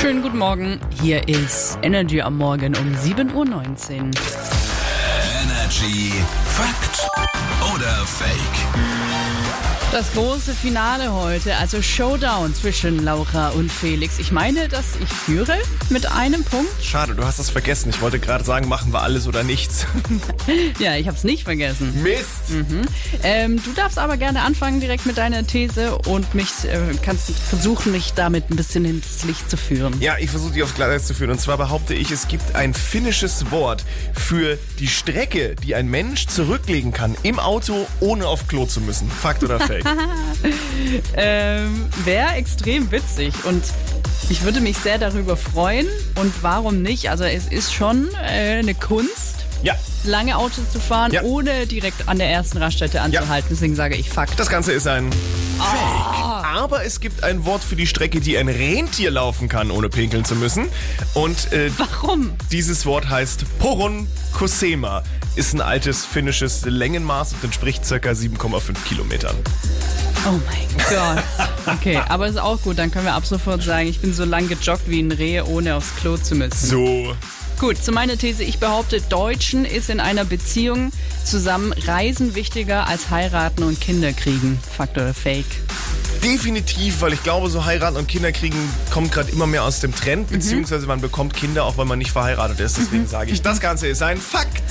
Schönen guten Morgen. Hier ist Energy am Morgen um 7.19 Uhr. Energy Fakt oder Fake? Das große Finale heute, also Showdown zwischen Laura und Felix. Ich meine, dass ich führe mit einem Punkt. Schade, du hast es vergessen. Ich wollte gerade sagen, machen wir alles oder nichts. Hm. Ja, ich habe es nicht vergessen. Mist! Ähm, du darfst aber gerne anfangen direkt mit deiner These und mich äh, kannst versuchen, mich damit ein bisschen ins Licht zu führen. Ja, ich versuche dich aufs Glatteis zu führen. Und zwar behaupte ich, es gibt ein finnisches Wort für die Strecke, die ein Mensch zurücklegen kann im Auto, ohne auf Klo zu müssen. Fakt oder Fake? Ähm, Wäre extrem witzig und ich würde mich sehr darüber freuen. Und warum nicht? Also es ist schon äh, eine Kunst. ja. lange Autos zu fahren, Ja. ohne direkt an der ersten Raststätte anzuhalten. Deswegen sage ich Fakt. Das Ganze ist ein Fake. Aber es gibt ein Wort für die Strecke, die ein Rentier laufen kann, ohne pinkeln zu müssen. Und äh, Warum? Dieses Wort heißt Porun Kusema, ist ein altes finnisches Längenmaß und entspricht circa 7,5 Kilometern. Oh mein Gott. Okay, aber ist auch gut. Dann können wir ab sofort sagen, ich bin so lang gejoggt wie ein Reh, ohne aufs Klo zu müssen. So. Gut, zu meiner These. Ich behaupte, Deutschen ist in einer Beziehung zusammen Reisen wichtiger als heiraten und Kinder kriegen. Fakt oder Fake? Definitiv, weil ich glaube, so heiraten und Kinder kriegen kommt gerade immer mehr aus dem Mhm. Trend, beziehungsweise man bekommt Kinder, auch wenn man nicht verheiratet ist. Deswegen sage ich, das Ganze ist ein Fakt.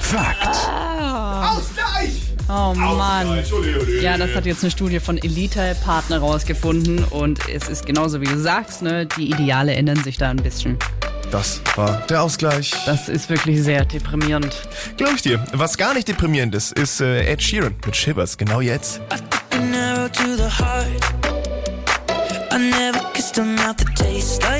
Fakt. Ausgleich! Ah. Oh Mann. Ausgleich. Ole, ole, ole. Ja, das hat jetzt eine Studie von Elite Partner rausgefunden und es ist genauso wie du sagst, ne? Die Ideale ändern sich da ein bisschen. Das war der Ausgleich. Das ist wirklich sehr deprimierend. Glaube ich dir. Was gar nicht deprimierend ist, ist äh, Ed Sheeran mit Shivers, genau jetzt. an arrow to the heart. I never kissed a mouth that tastes like.